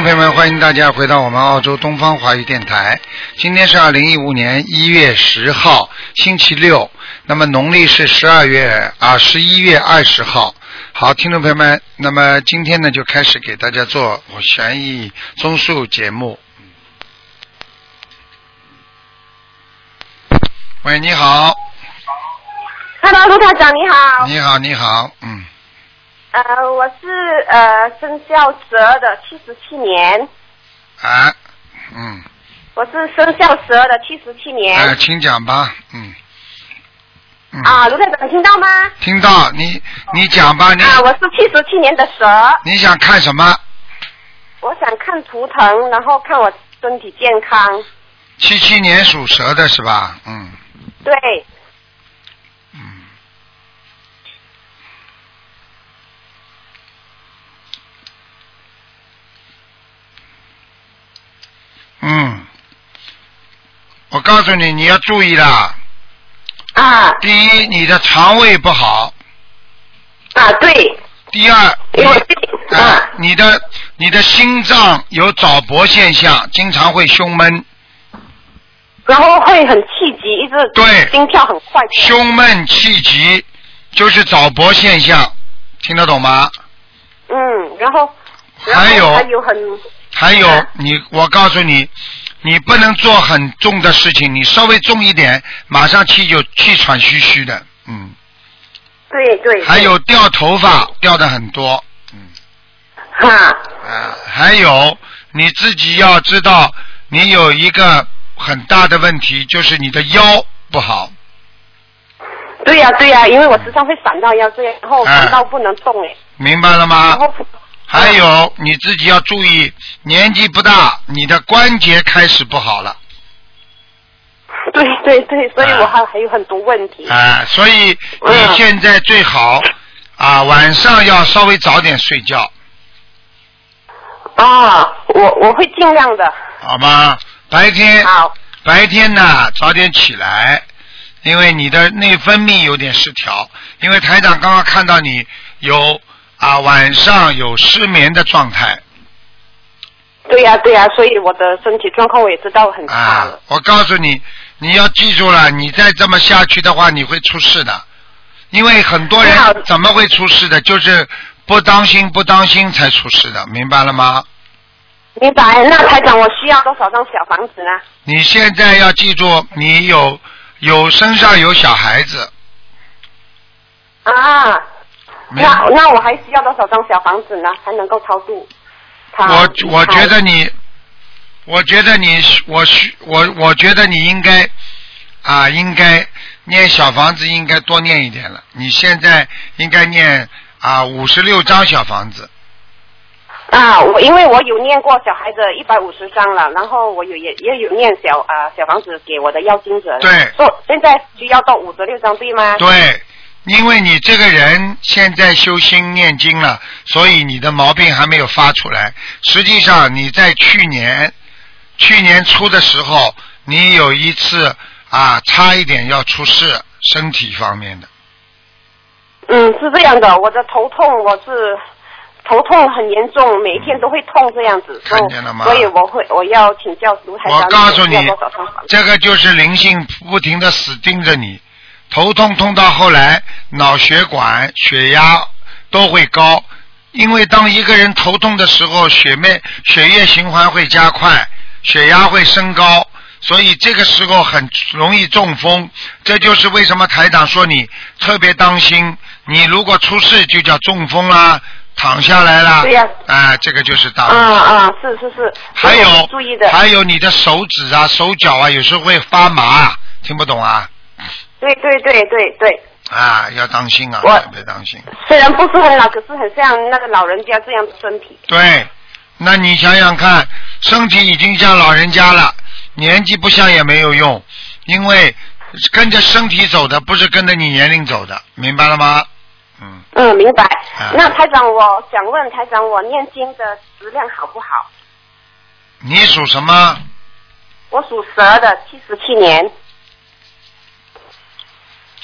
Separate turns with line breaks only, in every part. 朋友们，欢迎大家回到我们澳洲东方华语电台。今天是二零一五年一月十号，星期六。那么农历是十二月啊，十一月二十号。好，听众朋友们，那么今天呢，就开始给大家做悬疑综述节目。喂，你好，
Hello，卢台长你好。
你好，你好，嗯，
呃，我是呃生肖蛇的，七十七年。
啊，嗯，
我是生肖蛇的，七十七年。
哎、请讲吧，嗯，嗯，
啊，卢台长听到吗？
听到你，你讲吧，你
啊，我是七十七年的蛇，
你想看什么？
我想看图腾，然后看我身体健康。
七七年属蛇的是吧？嗯
对，
嗯。嗯，我告诉你，你要注意啦。
啊
第一，你的肠胃不好；
啊对，
第二，
因为我
你
自己
啊
啊，
你的你的心脏有早搏现象，经常会胸闷。
然后会很气急，一直
对
心跳很快。
胸闷气急就是早搏现象，听得懂吗？
嗯，然后然后
还有
还有很
还有
嗯
你，我告诉你，你不能做很重的事情，你稍微重一点，马上气就气喘吁吁的，嗯。
对对。
还有掉头发掉的很多，嗯
哈、
啊，还有你自己要知道，你有一个很大的问题，就是你的腰不好，
对呀、对呀、因为我时常会闪到腰这样，然后
哎
闪到不能动哎，
明白了
然
吗？
后
还有你自己要注意，年纪不大，你的关节开始不好了。
对对对，所以
哎
我还还有很多问题。
啊，所以你
嗯
现在最好啊，晚上要稍微早点睡觉，
啊，我我会尽量的。
好吗？白天
好，
白天呢，早点起来，因为你的内分泌有点失调，因为台长刚刚看到你有啊晚上有失眠的状态
对呀、对呀、所以我的身体状况我也知道很差
啊
了。，
我告诉你，你要记住了，你再这么下去的话，你会出事的，因为很多人
那
怎么会出事的，就是不当心不当心才出事的，明白了吗？
明白？那台长，我需要多少张小房子呢？
你现在要记住，你有有身上有小孩子，
啊，
没有？
那那我还需要多少张小房子呢？才能够超度他？
我我
他
觉得你，我觉得你，我需我我觉得你应该啊，应该念小房子应该多念一点了。你现在应该念啊五十六张小房子，
啊，我因为我有念过小孩子一百五十章了，然后我有也也有念小啊、小房子给我的要经者了，
对
所以现在需要到五十六章对吗？
对，因为你这个人现在修心念经了，所以你的毛病还没有发出来。实际上你在去年去年初的时候，你有一次啊，差一点要出事，身体方面的。
嗯，是这样的，我的头痛我是头痛很严重，每一天都会痛这样子，
看见了吗
所以我会我要请教卢台长，
我告诉你
需要多少张房，子
这个就是灵性不停的死盯着你，头痛痛到后来，脑血管、血压都会高。因为当一个人头痛的时候，血脉、血液循环会加快，血压会升高，所以这个时候很容易中风。这就是为什么台长说你特别当心，你如果出事就叫中风啦，躺下来啦，
对呀
啊，这个就是大问题。
啊啊，是是是，
还
所以我
有
会注意的，
还有你的手指啊、手脚啊，有时候会发麻，听不懂啊
对对对对对，
啊，要当心啊，
我
特别当心。
虽然不是很老，可是很像那个老人家这样的身体，
对，那你想想看，身体已经像老人家了，年纪不像也没有用，因为跟着身体走的，不是跟着你年龄走的，明白了吗？嗯，
嗯，明白。
啊
那台长，我想问台长，我念经的质量好不好？
你属什么？
我属蛇的，七十七年。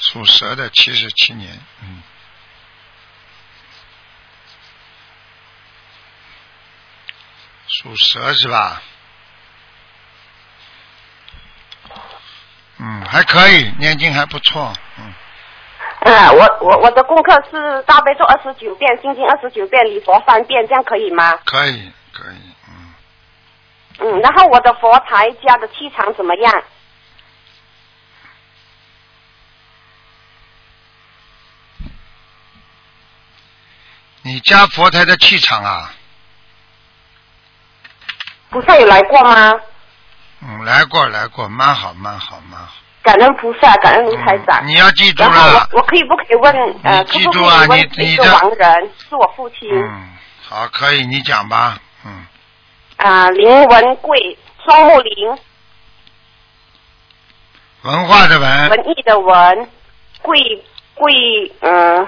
属蛇的，七十七年，嗯。属蛇是吧？嗯，还可以，念经还不错，嗯，
呃，我我我的功课是大悲咒二十九遍，心经二十九遍，礼佛三遍，这样可以吗？
可以，可以，嗯，
嗯，然后我的佛台加的气场怎么样？
你家佛台的气场啊，
菩萨有来过吗？
嗯，来过来过，蛮好蛮好蛮好。
感恩菩萨，感恩卢台长。
嗯你要记住
然后
了，
我我可以不可以问呃，
你
可
记
不可
住啊
以问
你你
一个
的
亡人是我父亲
嗯，好，可以，你讲吧，嗯，
啊、林文贵，双木林，
文化的文，
文艺的文，贵贵嗯、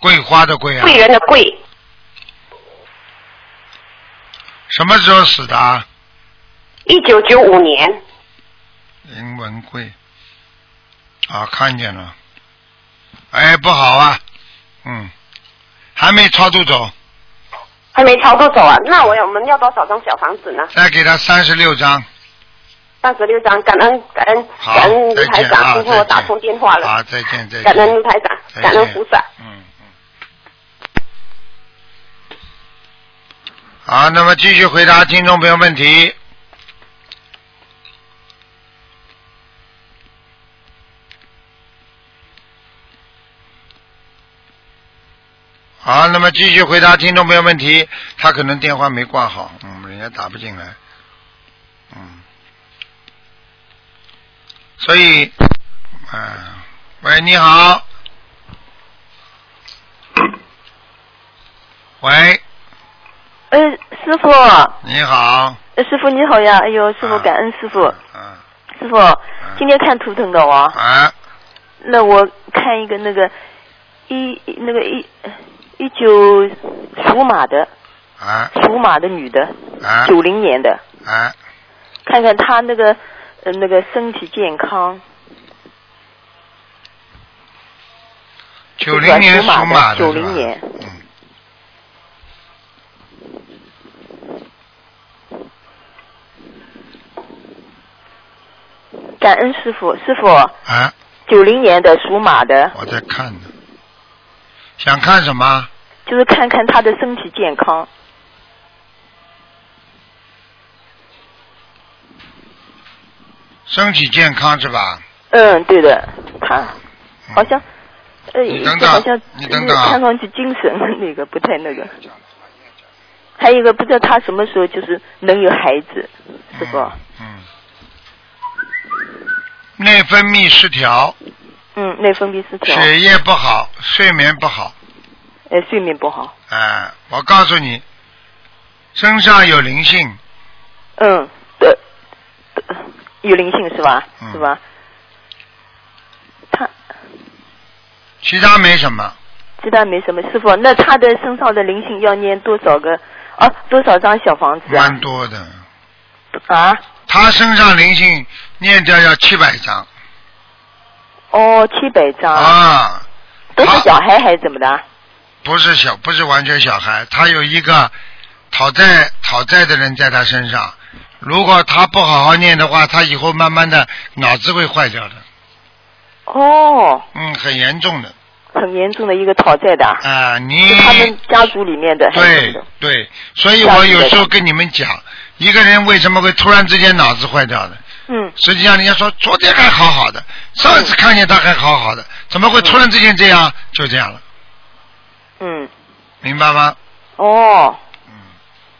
桂花的桂啊，
贵人的贵，
什么时候死的啊？
一九九五年，
林文贵，啊，看见了，哎，不好啊，嗯，还没超度走，
还没超度走啊？那我有我们要多少张小房子呢？
再给他三十六张，
三十六张，感恩感恩
好
感恩，卢
再
台
见
长，
啊，
今天我打通电话了，
啊，再见再见，
感恩卢台长，
再
感
见
恩菩萨。
嗯嗯。好，那么继续回答听众朋友问题。好，那么继续回答听众朋友问题。他可能电话没挂好，嗯，人家打不进来，嗯，所以，啊、喂，你好，喂，
呃，师傅，
你好，
呃师傅你好呀！哎呦，师傅
啊
感恩师傅，
嗯，
师傅今天看图腾的哦。
啊，
那我看一个那个一那个一一九属马的
啊，
属马的女的
啊，
九零年的，
啊，
看看她那个呃那个身体健康，
九零年属马的，
属马的90年
是吧，嗯。
感恩师傅，师傅
啊，
九零年的属马的，
我在看呢。想看什么？
就是看看她的身体健康，
身体健康是吧？
嗯，对的，她
嗯
好像。呃，
你
一
等
个好
等
像
你等等啊
嗯看上去精神的那个不太那个。还有一个不知道他什么时候就是能有孩子，师傅。
嗯嗯。内分泌失调，
嗯，内分泌失调，
血液不好，睡眠不好。
呃，睡眠不好。
哎、我告诉你，身上有灵性，
嗯，对，对有灵性是吧？
嗯
是吧？他
其他没什么。
其他没什么，师傅。那他的身上的灵性要念多少个？啊，多少张小房子啊
蛮？多的。
啊？
他身上灵性念掉要七百张
哦，七百张，
啊，
都是
好
小孩还是怎么的？啊
不是小，不是完全小孩，他有一个讨债讨债的人在他身上。如果他不好好念的话，他以后慢慢的脑子会坏掉的，
哦，
嗯，很严重的
很严重的一个讨债的啊。
啊、你
是他们家族里面的，还是什
对
么的
对，所以我有时候跟你们讲，一个人为什么会突然之间脑子坏掉的，
嗯，
实际上人家说昨天还好好的，上一次看见他还好好的，怎么会突然之间这样？就这样了，
嗯，
明白吗？
哦，
嗯，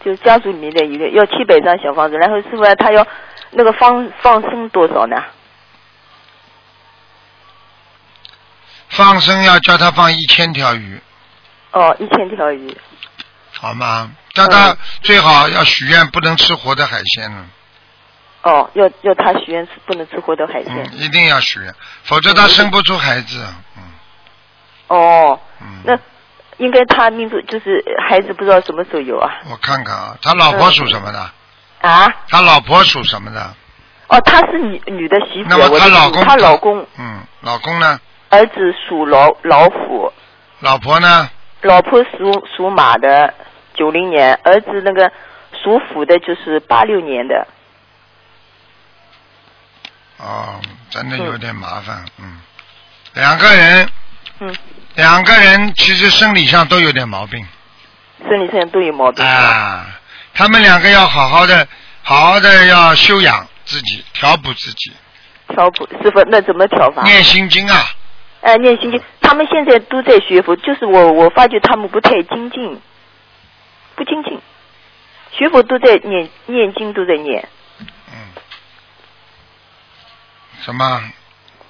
就家族里面的一个要七百张小房子，然后师傅啊他要那个放放生多少呢？
放生要叫他放一千条鱼，
哦，一千条鱼。
好吗？叫他
嗯
最好要许愿不能吃活的海鲜了，
哦，要要他许愿吃不能吃活的海鲜。
嗯，一定要许愿，否
嗯
则他生不出孩子，嗯
哦，那
嗯。
应该他民族就是孩子不知道什么时候有啊
我看看啊，他老婆属什么的？
啊？
他老婆属什么的？
哦，她是女女的媳妇，
那么
我
她
的
老公，
她老公，
嗯，老公呢？
儿子属老老虎，
老婆呢？
老婆属属马的，九零年，儿子那个属虎的，就是八六年的。
哦，真的有点麻烦，嗯，两个人，
嗯，
两个人其实生理上都有点毛病
身体上都有毛病。
啊，他们两个要好好的，好好的要修养自己，调补自己，
调补师傅，那怎么调法？
念心经啊，
哎，念心经，他们现在都在学佛，就是我我发觉他们不太精进，不精进，学佛都在念念经都在念，
嗯，什么？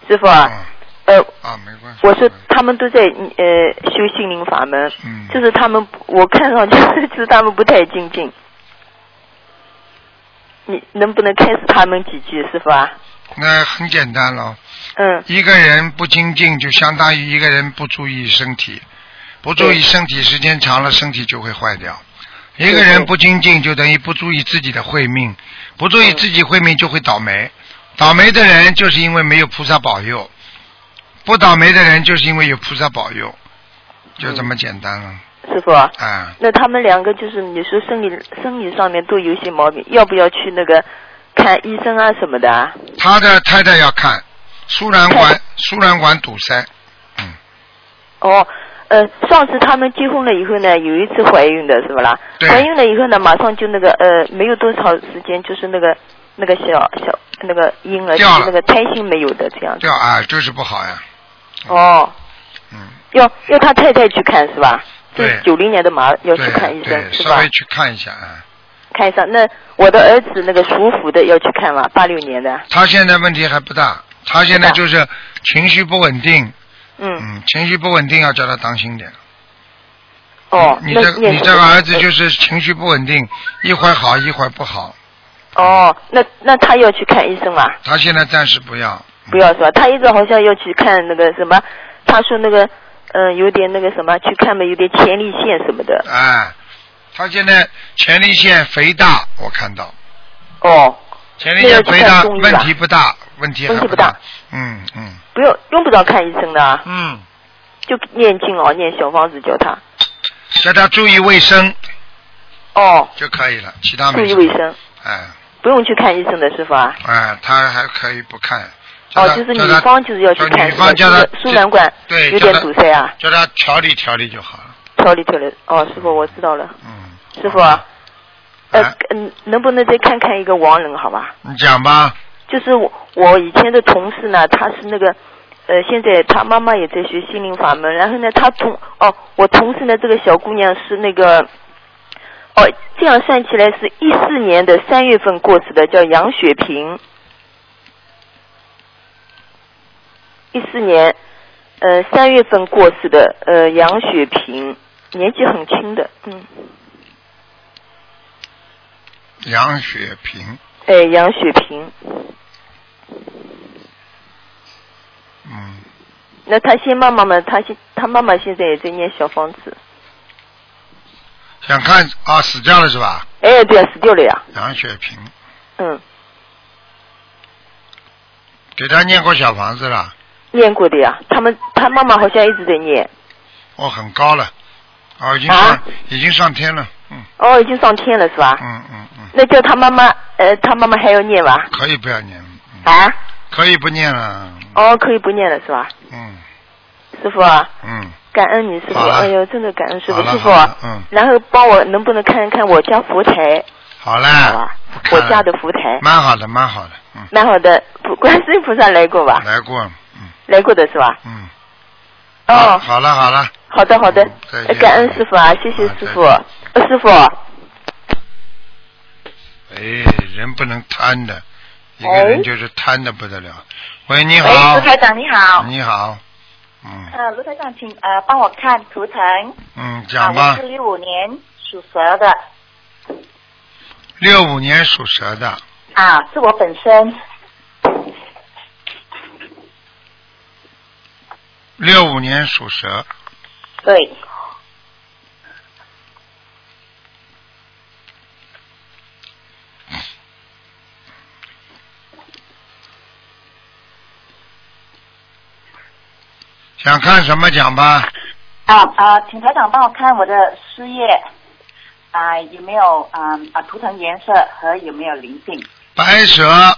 师傅啊，
嗯
呃，
啊，没关系。
我说他们都在呃修心灵法门，
嗯，
就是他们我看上去 就是他们不太精进，你能不能开始他们几句，师傅啊？
那很简单了，
嗯，
一个人不精进，就相当于一个人不注意身体，不注意身体，时间长了身体就会坏掉。一个人不精进，就等于不注意自己的慧命，不注意自己慧命就会倒霉。倒霉的人就是因为没有菩萨保佑，不倒霉的人就是因为有菩萨保佑，就这么简单了。
师傅啊。
啊，
那他们两个就是你说生理生理上面都有些毛病，要不要去那个看医生啊什么的啊？
他的太太要看输卵管输卵管堵塞，嗯，
哦，呃，上次他们结婚了以后呢，有一次怀孕的是不啦？
对
怀孕了以后呢，马上就那个呃，没有多长时间，就是那个那个小小那个婴儿，就
掉
是
了
那个胎心没有的这样子。
对啊，就是不好呀，
哦，
嗯。
要要他太太去看是吧？就
对
是九零年的马要去
对
看医生
对
是
稍
吧
微？去看一下啊。
看医生。那我的儿子那个属虎的要去看吗？八六年的，
他现在问题还不大，他现
不
在
大
就是情绪不稳定，
嗯，
嗯，情绪不稳定要叫他当心点。
哦，
你
那
这
念
你
什
这个
么
儿子就是情绪不稳定，一会儿好一会儿不好，
哦，那那他要去看医生嘛？
他现在暂时不要。
不要是吧？他一直好像要去看那个什么，他说那个嗯、呃有点那个什么，去看嘛有点前列腺什么的。
哎，他现在前列腺肥大，我看到
哦，
前列腺肥大
那要去看中医吧
问题不大，问题还
问题
不
不大
大。嗯嗯
不用用不着看医生的啊，
嗯，
就念经哦，念小房子叫他。
叫他注意卫生
哦，
就可以了，其他
注
没
意
什
卫
么。
生，
哎
不用去看医生的师傅啊。
哎，他还可以不看。叫
哦，
他
就是
叫
女
他
方就是要去看
女
是吧，
方叫他
就是输卵管
对，
有
叫
点
他
堵塞啊，
叫他调理调理就好了。
调理调理。哦，师傅我知道了，
嗯，
师傅啊，呃
哎，
嗯、能不能再看看一个亡人好吧？
你讲吧。
就是我我以前的同事呢，他是那个呃，现在他妈妈也在学心灵法门，然后呢，他同哦，我同事呢这个小姑娘是那个哦，这样算起来是一四年的三月份过世的，叫杨雪萍，一四年呃三月份过世的呃杨雪萍，年纪很轻的，嗯，
杨雪萍，
哎，杨雪萍，
嗯，
那她先妈妈嘛，她现她妈妈现在也在念小房子。
想看啊，死掉了是吧？
哎，对啊，死掉了呀。
杨雪萍，
嗯，
给他念过小房子了，
念过的呀。他们他妈妈好像一直在念。
哦，很高了，哦，已经上、
啊
已经上天了，嗯
哦，已经上天了是吧？
嗯嗯嗯，
那叫他妈妈，呃，他妈妈还要念吧？
可以不要念，嗯，
啊？
可以不念了，
哦，可以不念了是吧？
嗯
师傅啊，
嗯，
感恩你师傅，
好了
哎呦，真的感恩师
好
傅，
了
师傅
好
啊
了，嗯
然后帮我能不能看一看我家佛台，
好
好
啦
吧，
不？看
我
了
家的佛台，
蛮好的，蛮好的，嗯，
蛮好的，普观世音菩萨来过吧？
来过了，嗯
来过的是吧？
嗯，好
哦，
好了好了，
好的好的
嗯再见，
感恩师傅啊，谢谢
好
师
再
傅，呃师傅，
哎，人不能贪的，一个人
喂
就是贪的不得了。喂，你
喂，
好
卢，台长你好。
你好，嗯
呃，卢台长，请呃帮我看图腾。
嗯，
啊，
讲
我
吧
是。六五年属蛇的
六五年属蛇的，
啊，是我本身
六五年属蛇，
对。
想看什么讲吧？
啊啊，请台长帮我看我的事业啊、有没有啊啊图腾颜色和有没有灵性？
白蛇，啊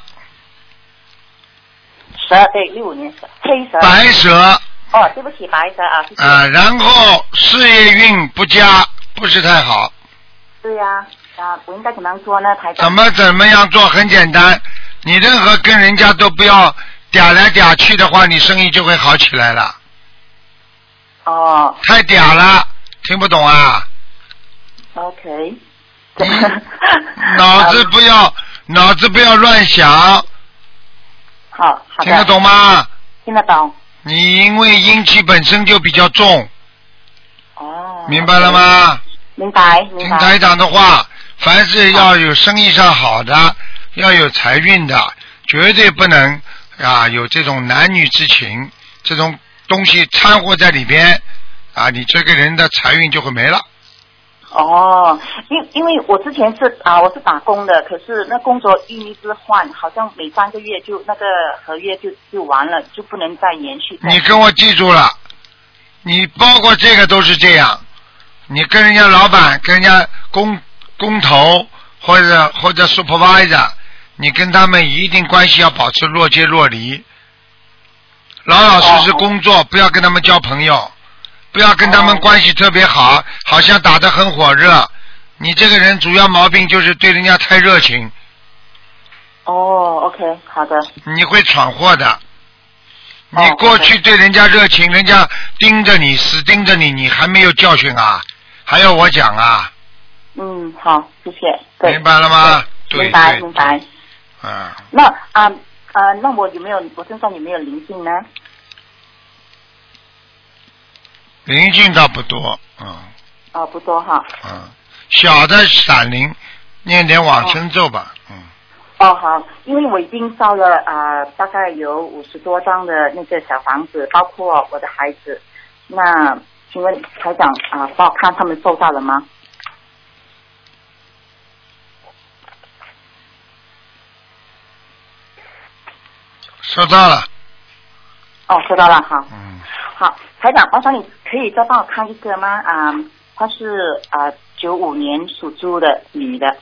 蛇对，六五年蛇，黑蛇。
白蛇，
哦，对不起，白蛇啊，谢谢。
啊，然后事业运不佳，不是太好。
对呀、啊，我应该怎么样做呢，台长？
怎么怎么样做？很简单，你任何跟人家都不要嗲来嗲去的话，你生意就会好起来了。
哦
太嗲了，听不懂 啊？
，OK。
脑子不要，脑子不要乱想，
好好的。
听得懂？吗？
听得懂。
你因为阴气本身就比较重，
哦。
明白了？吗？
明白，明
听
白。
台长的话，凡是要有生意上好的，要有财运的，绝对不能啊有这种男女之情这种东西掺和在里边啊，你这个人的财运就会没了。
哦，因因为我之前是啊，我是打工的，可是那工作一直换，好像每三个月就那个合约就就完了，就不能再延续。
你跟我记住了，你包括这个都是这样，你跟人家老板、跟人家工工头或者或者 supervisor，你跟他们一定关系要保持若即若离，老老实实
哦
工作，不要跟他们交朋友，不要跟他们
哦
关系特别好，好像打得很火热。你这个人主要毛病就是对人家太热情，
哦，OK，好的，
你会闯祸的。
哦
你过
好
去对人家热情，人家盯着你，死盯着你，你还没有教训啊？还要我讲啊？
嗯，好，谢谢。对
明白了吗？
对
对
明白
对，
明白。
嗯，
那啊啊，那我有没有我身上有没有灵性呢？
灵性倒不多，嗯
哦，不多哈。
嗯，小的闪灵，念点往生咒吧，嗯，
哦，好，因为我已经烧了啊、呃大概有五十多张的那个小房子，包括我的孩子。那请问台长啊，帮、我看他们收到了吗？
收到了，
哦，收到了，好，
嗯，
好，台长，麻烦你可以再帮我看一个吗？啊、她是啊九五年属猪的女的，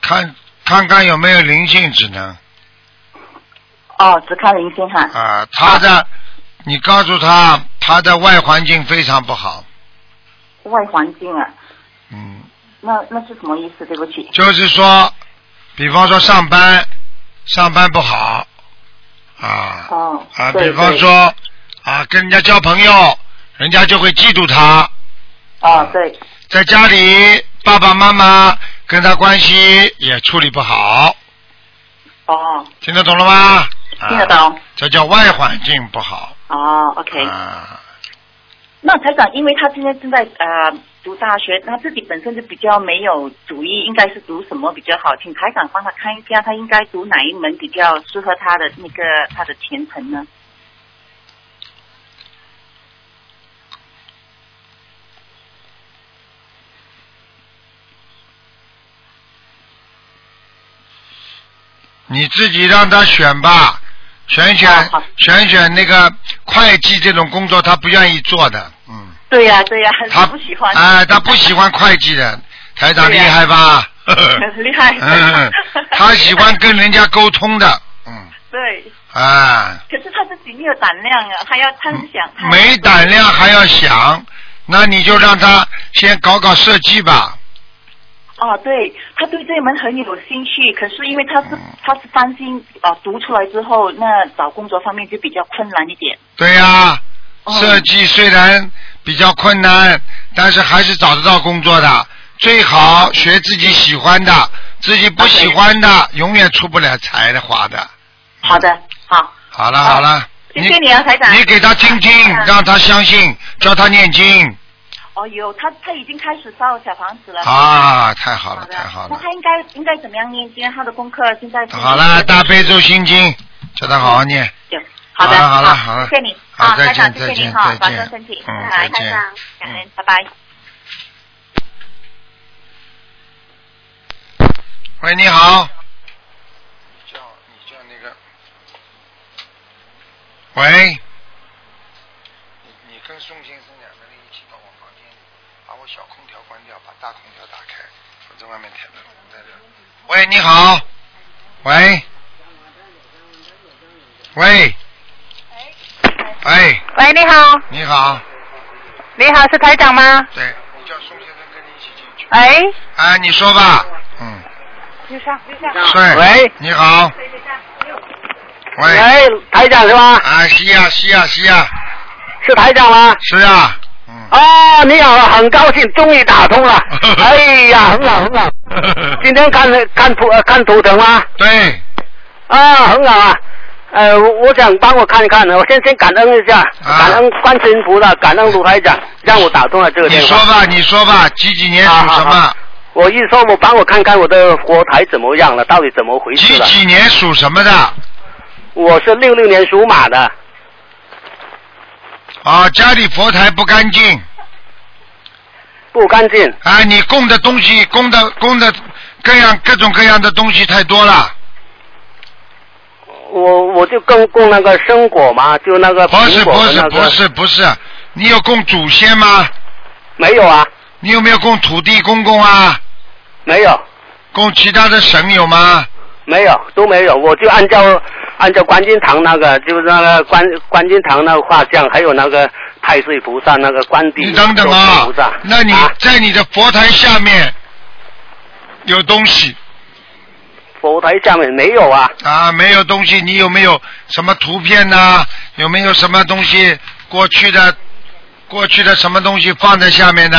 看看看有没有灵性只能
哦，只看零星哈，
啊，
哦
他的，你告诉他他的外环境非常不好，
外环境啊，
嗯，
那那是什么意思？对不起，
就是说，比方说上班，上班不好，啊、
哦，
啊，
对
比方
对
说啊，跟人家交朋友，人家就会嫉妒他，
哦，对，
在家里爸爸妈妈跟他关系也处理不好，
哦，
听得懂了吗？啊
听得懂，
这叫外环境不好。
哦，OK。
啊，
那台长，因为他现在正在呃读大学，他自己本身就比较没有主意，应该是读什么比较好？请台长帮他看一下，他应该读哪一门比较适合他的那个他的前程呢？
你自己让他选吧，选选、
啊好
选选那个会计这种工作，他不愿意做的，嗯。
对呀、对呀、
他
他不喜欢。
哎，他不喜欢会计的，台长厉
对呀
害吧？
厉害
嗯，他喜欢跟人家沟通的，嗯，
对，
啊，
可是他自己没有胆量啊，他要他是想他
没胆量还要想，那你就让他先搞搞设计吧。
哦，对，他对这一门很有兴趣，可是因为他
嗯
是、他是担心呃读出来之后，那找工作方面就比较困难一点。
对呀、
哦
设计虽然比较困难，但是还是找得到工作的。最好
哦
学自己喜欢的，自己不喜欢的永远出不了才华的。
好的，好，
好了好了，
谢谢你啊，台长。
你给他听听，
嗯
让他相信，教他念经
哦，有他，他已经开始烧小房子了。
啊！太好了，
嗯好的，
太好
那
了，
他应该应该怎么样念经？他的功课现在是
好了，大悲咒心经，叫他好好念。
好的，
好了好了
谢谢你
好
啊，
再
台长，
见
谢谢
再
你
见
哈
再，见
保重身体，
嗯
拜
再
拜，
见
台长，感恩，拜拜。
喂，你好。叫你叫那个喂。你你跟宋先生两个人一起到我房间里，把我小空调关掉，把大空调打开，否则外面太冷，我们在这儿。喂，你好。喂。喂。哎，
喂，你好，
你好，
你好，是台长吗？
对，你叫宋先生跟你一起进去。
哎，
啊，你说吧，嗯，
刘上，刘上，
对，
喂，
你好，喂，
哎，台长是吧？
啊，是呀，是呀，是呀，
是台长吗？
是呀，嗯，。
哦，你好，很高兴，终于打通了 哎呀，很好，很好。今天看看图呃看图腾吗？
对，
啊，很好啊。呃，我我想帮我看一看，我先先感恩一下，
啊
感恩观世音菩萨，感恩卢台长，让我打通了这个
你
电
说
话。啊
吧，你说吧，几几年属什
好好
么
好？我一说，我帮我看看我的佛台怎么样了，到底怎么回
几
事了？
几年属什么的？
啊我是六六年属马的，
啊，家里佛台不干净
不干净。
啊，你供的东西，供的供的各样各种各样的东西太多了，
我我就供供那个生果嘛，就那个
不是
苹果
不
的
是
那个，
不是不是，你有供祖先吗？
没有啊，
你有没有供土地公公啊？
没有
供其他的神有吗？
没有都没有，我就按照按照观音堂那个，就是那个观观音堂那个画像，还有那个太岁菩萨那个观地
你等等啊
菩萨，，
那你
啊
在你的佛台下面有东西
佛台下面没有啊，
啊？没有东西，你有没有什么图片呐、有没有什么东西过去的过去的什么东西放在下面呢？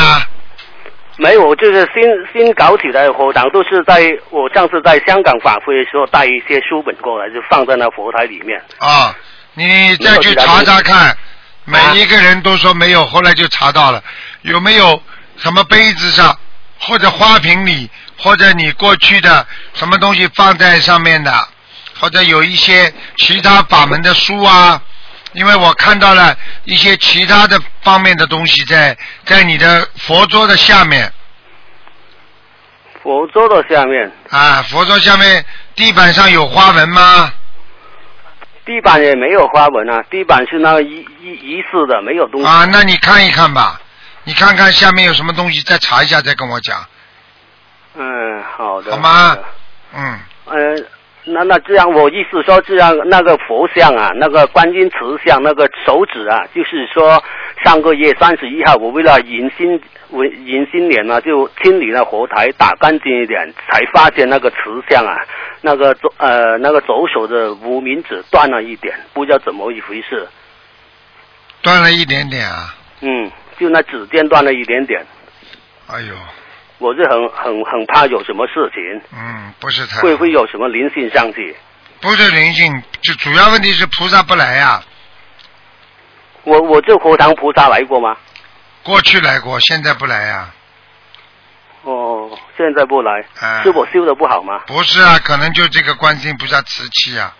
没有，就是新新搞起来的佛堂，都是在我上次在香港法会的时候带一些书本过来，就放在那佛台里面。
啊，你再去查查看，每一个人都说没有，后来就查到了，有没有什么杯子上，或者花瓶里，或者你过去的什么东西放在上面的，或者有一些其他法门的书啊，因为我看到了一些其他的方面的东西在在你的佛桌的下面
佛桌的下面，
啊，佛桌下面地板上有花纹吗？
地板也没有花纹啊，地板是那个一一一式的，没有东西。
啊，那你看一看吧，你看看下面有什么东西，再查一下，再跟我讲。
嗯，好的。
好吗
的
嗯，
嗯，那那这样，我意思说，这样那个佛像啊，那个观音慈像，那个手指啊，就是说上个月三十一号，我为了迎新为迎新年嘛、就清理了佛台，打干净一点，才发现那个慈像啊， 那个左呃那个左手的无名指断了一点，不知道怎么一回事。
断了一点点啊，
嗯，就那指尖断了一点点，
哎呦，
我是很很很怕有什么事情，
嗯，不是太好
会不会有什么灵性上去？
不是灵性，就主要问题是菩萨不来呀、
我我这佛堂菩萨来过吗？
过去来过，现在不来呀、
哦，现在不来，
啊
是我修的不好吗？
不是啊，可能就这个观世音菩萨瓷器啊，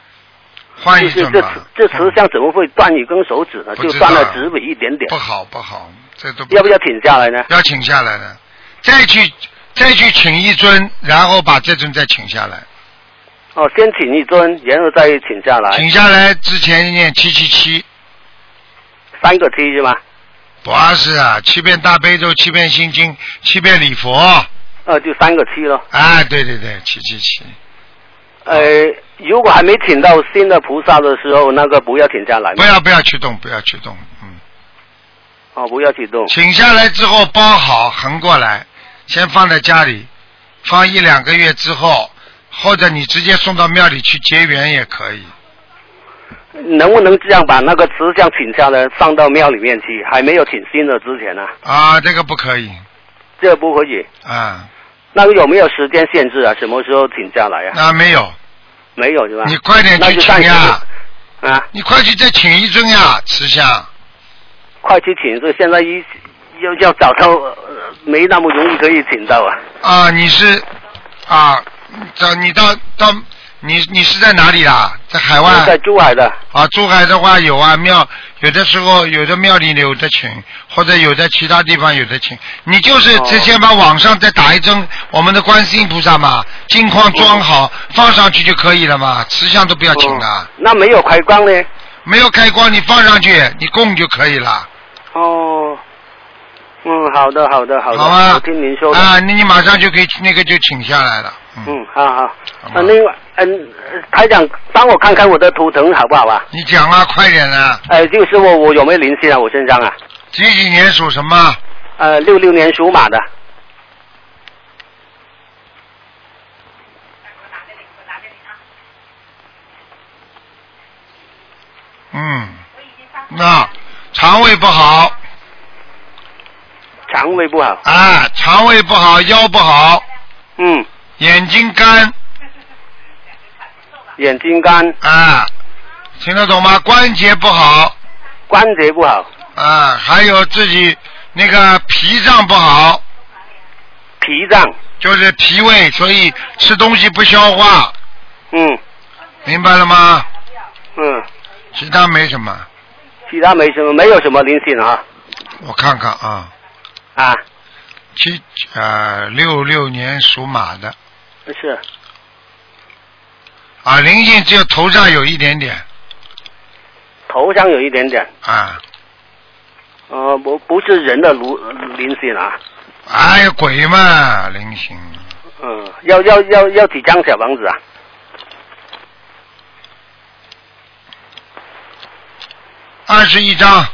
换
就
一
是
种
这
吧。
这慈像怎么会断一根手指呢？
不
就
知道
断了指尾一点点
不，好不好，这都
要不要请下来呢？
要请下来的，再去再去请一尊，然后把这尊再请下来。
哦，先请一尊，然后再请下来，
请下来之前念七七七，
三个七是吗？
不是啊，七遍大悲咒，七遍心经，七遍礼佛。
呃，就三个七咯。
啊，对对对，七七七。
呃，如果还没请到新的菩萨的时候，那个不要请下来
不
吗？
要不要去动，不要去动，嗯，
哦，不要启动。
请下来之后包好横过来，先放在家里，放一两个月之后，或者你直接送到庙里去结缘也可以。
能不能这样把那个慈像请下来，放到庙里面去？还没有请新的之前呢、
啊，这个不可以
这不可以。
啊，
那个有没有时间限制啊？什么时候请下来呀、啊
那没有，
没有是吧？
你快点
那
去
就
请
暂时
呀，
啊，
你快去再请一尊呀，慈祥。
快去请！这现在一要要找到、呃没那么容易可以请到啊。
啊，你是啊，找你到到你你是在哪里啦？在海外
我在珠海的，
啊，珠海的话有啊庙，有的时候有的庙里有的请，或者有的其他地方有的请。你就是
哦
之前把网上再打一针我们的观世音菩萨嘛，镜
哦
框装好、放上去就可以了嘛，瓷像都不要请了。
哦那没有开光呢？
没有开光你放上去，你供就可以了，
哦，嗯，好的，好的，好的，
好吗
我听您说的。
啊，那你马上就可以那个就请下来了，嗯，
嗯，好好。
好吗
呃，另外，嗯，呃台长，帮我看看我的图腾好不好啊？
你讲啊，快点啊，
呃，就是我我有没有灵性啊？我身上啊？
几几年属什么？
呃，六六年属马的。
嗯，那肠胃不好
肠胃不好，
啊，肠胃不好，腰不好，
嗯，
眼睛干
眼睛干，
啊，听得懂吗？关节不好
关节不好，
啊，还有自己那个脾脏不好，
脾脏，
就是脾胃，所以吃东西不消化，
嗯
明白了吗？
嗯，
其他没什么，
其他没什么，没有什么灵性啊
我看看啊，
啊，
七呃六六年属马的
是
啊，灵性只有头上有一点点
头上有一点点，
啊，
呃，不不是人的颅灵性啊，
哎呀鬼嘛灵性，
嗯，要要要要几张小房子啊？
二十一章，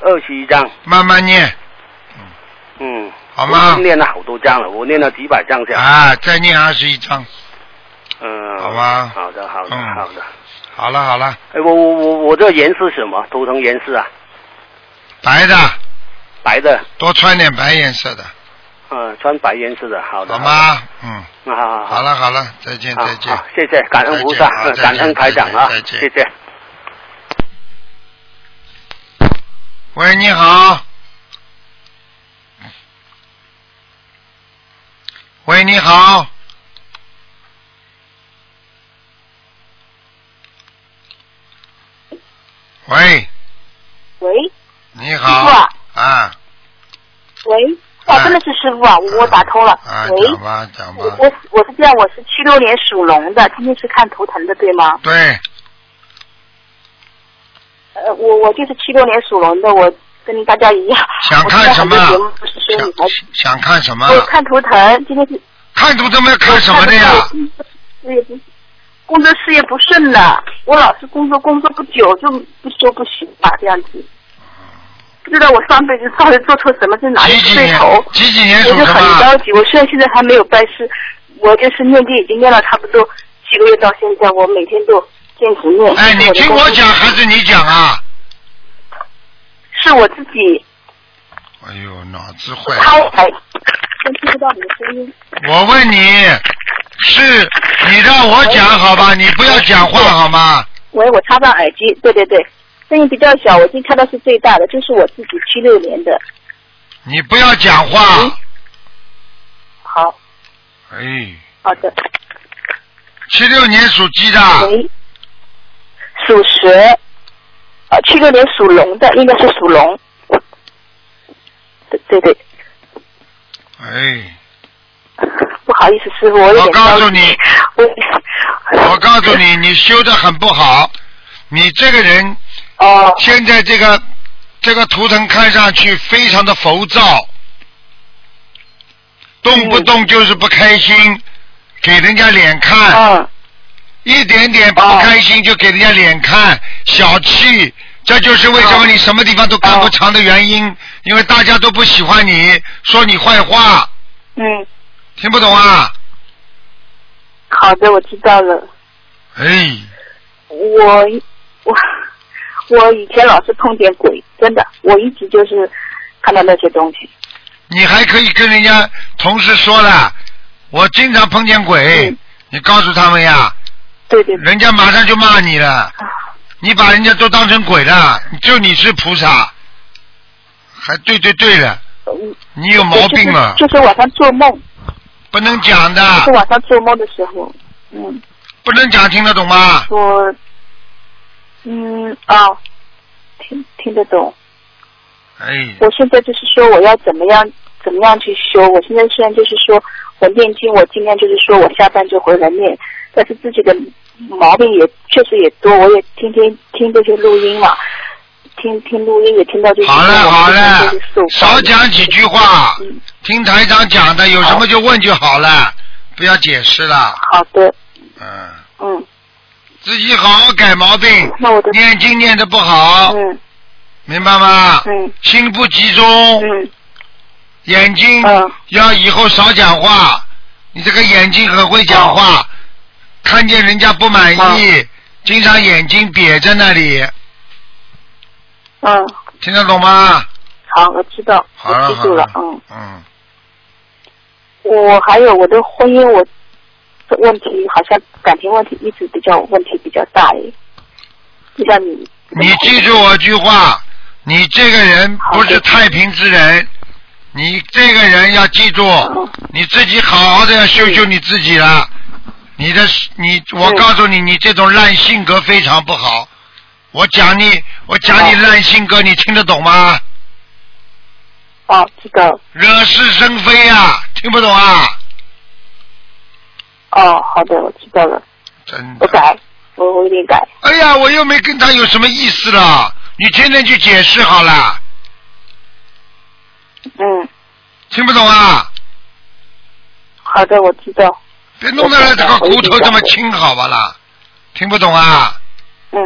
二十一张，
慢慢念
嗯，
好
我
吗
已经念了好多张了，我念了几百张这样，
啊，再念二十一章，
嗯，
好吧
好的，好的，
嗯
好的。
好了好了，
哎，我我我我这个颜色是什么？图腾颜色啊，
白的
白的，
多穿点白颜色的，
嗯、穿白颜色的，好的，
好？吗？嗯，
那好好好
好了好了，再见
好
再见
好。谢谢，感恩菩萨
再见好，
感恩台长啊
再，见再
谢
见
谢。
喂，你好。喂，你好。喂，
喂，
你
师
好。
傅啊，
啊。
喂，哦，
哎
真的是师傅啊，我我打通了。
啊，
喂
讲，吧，讲
我
吧。
我我是这样，我是七六年属龙的，今天是看图腾的，对吗？
对，
呃，我我就是七六年属龙的，我跟大家一样。
想看什么
我听了很多节目不是说女孩子，
想想看什么？
我看图腾，今天是
看图怎么要看什么的呀？？
事业不工作事业不顺了，我老是工作工作不久就不就不行吧，这样子。不知道我上辈子到底做错什么，这哪里
几
是
几
对
年
头？？
几几年
我
属
就
什
很
么？
着急，我虽然现在还没有拜师，我就是念经已经念了差不多几个月到现在，我每天都坚持念。
哎，你听我讲还是你讲啊？
是我自己
哎呦，脑子坏了。
开台，都听不到你的声音。
我问你，是你让我讲好吧？你不要讲
嗯
话好吗？
喂，我插上耳机，对对对，声音比较小，我已经开到是最大的，就是我自己七六年的。
你不要讲话
嗯。好，
哎，
好的，
七六年属鸡的，
喂，属蛇，呃，七六年属龙的，应该是属龙。对对对。
哎，
不好意思，师傅，我有点
我告诉
着急
你，
我
我告诉你，你修的很不好。你这个人
哦，
现在这个这个图腾看上去非常的浮躁，动
嗯
不动就是不开心，给人家脸看。
嗯，哦
一点点不开心就给人家脸看，小气，这就是为什
哦
么你什么地方都干不长的原因，因为大家都不喜欢你，说你坏话，
嗯，
听不懂啊？
好的，我知道了。
哎，
我我我以前老是碰见鬼，真的，我一直就是看到那些东西。
你还可以跟人家同事说了，我经常碰见鬼，你告诉他们
嗯
呀，
对对对，
人家马上就骂你了，你把人家都当成鬼了，就你是菩萨，还对对对了，
嗯
你有毛病啊，
就是就是晚上做梦，
不能讲
就是
的，
晚上做梦的时候，嗯，
不能讲，听得懂吗？
我嗯哦，听听得懂。
哎，
我现在就是说我要怎么样怎么样去修。我现在虽然就是说我念经，我尽量就是说我下班就回来念，但是自己的毛病也确实也多，我也天天听这些录音嘛，听听录音也听到这些。
好了好了
就是受，嗯
少讲几句话，听台长讲的，有什么就问就好了，不要解释了。
好的，
嗯，
嗯，
自己好好改毛病，
那我的，
念经念的不好，
嗯
明白吗？
嗯
心不集中，
嗯
眼睛
嗯
要以后少讲话。你这个眼睛很会讲话，
啊
看见人家不满意，经常眼睛瘪在那里，
嗯，
听得懂吗？
好，我知道，
好
我
了
记
好
住
了
了，，嗯。
嗯，
我还有我的婚姻，我这问题好像感情问题一直比较问题比较大耶，就像你
你记住我一句话，你这个人不是太平之人，你这个人要记住，你自己好好的要修修你自己了。你的你，我告诉你，你这种烂性格非常不好。我讲你，我讲你烂性格，你听得懂吗？
哦，这个
惹是生非啊，听不懂啊？
哦，好的，我知道了，
真
我
的。
改，我我一定改。
哎呀，我又没跟他有什么意思了，你天天去解释好了，
嗯，
听不懂啊？
好的，我知道。
别弄得这个骨头这么轻，好吧啦？听不懂啊？
嗯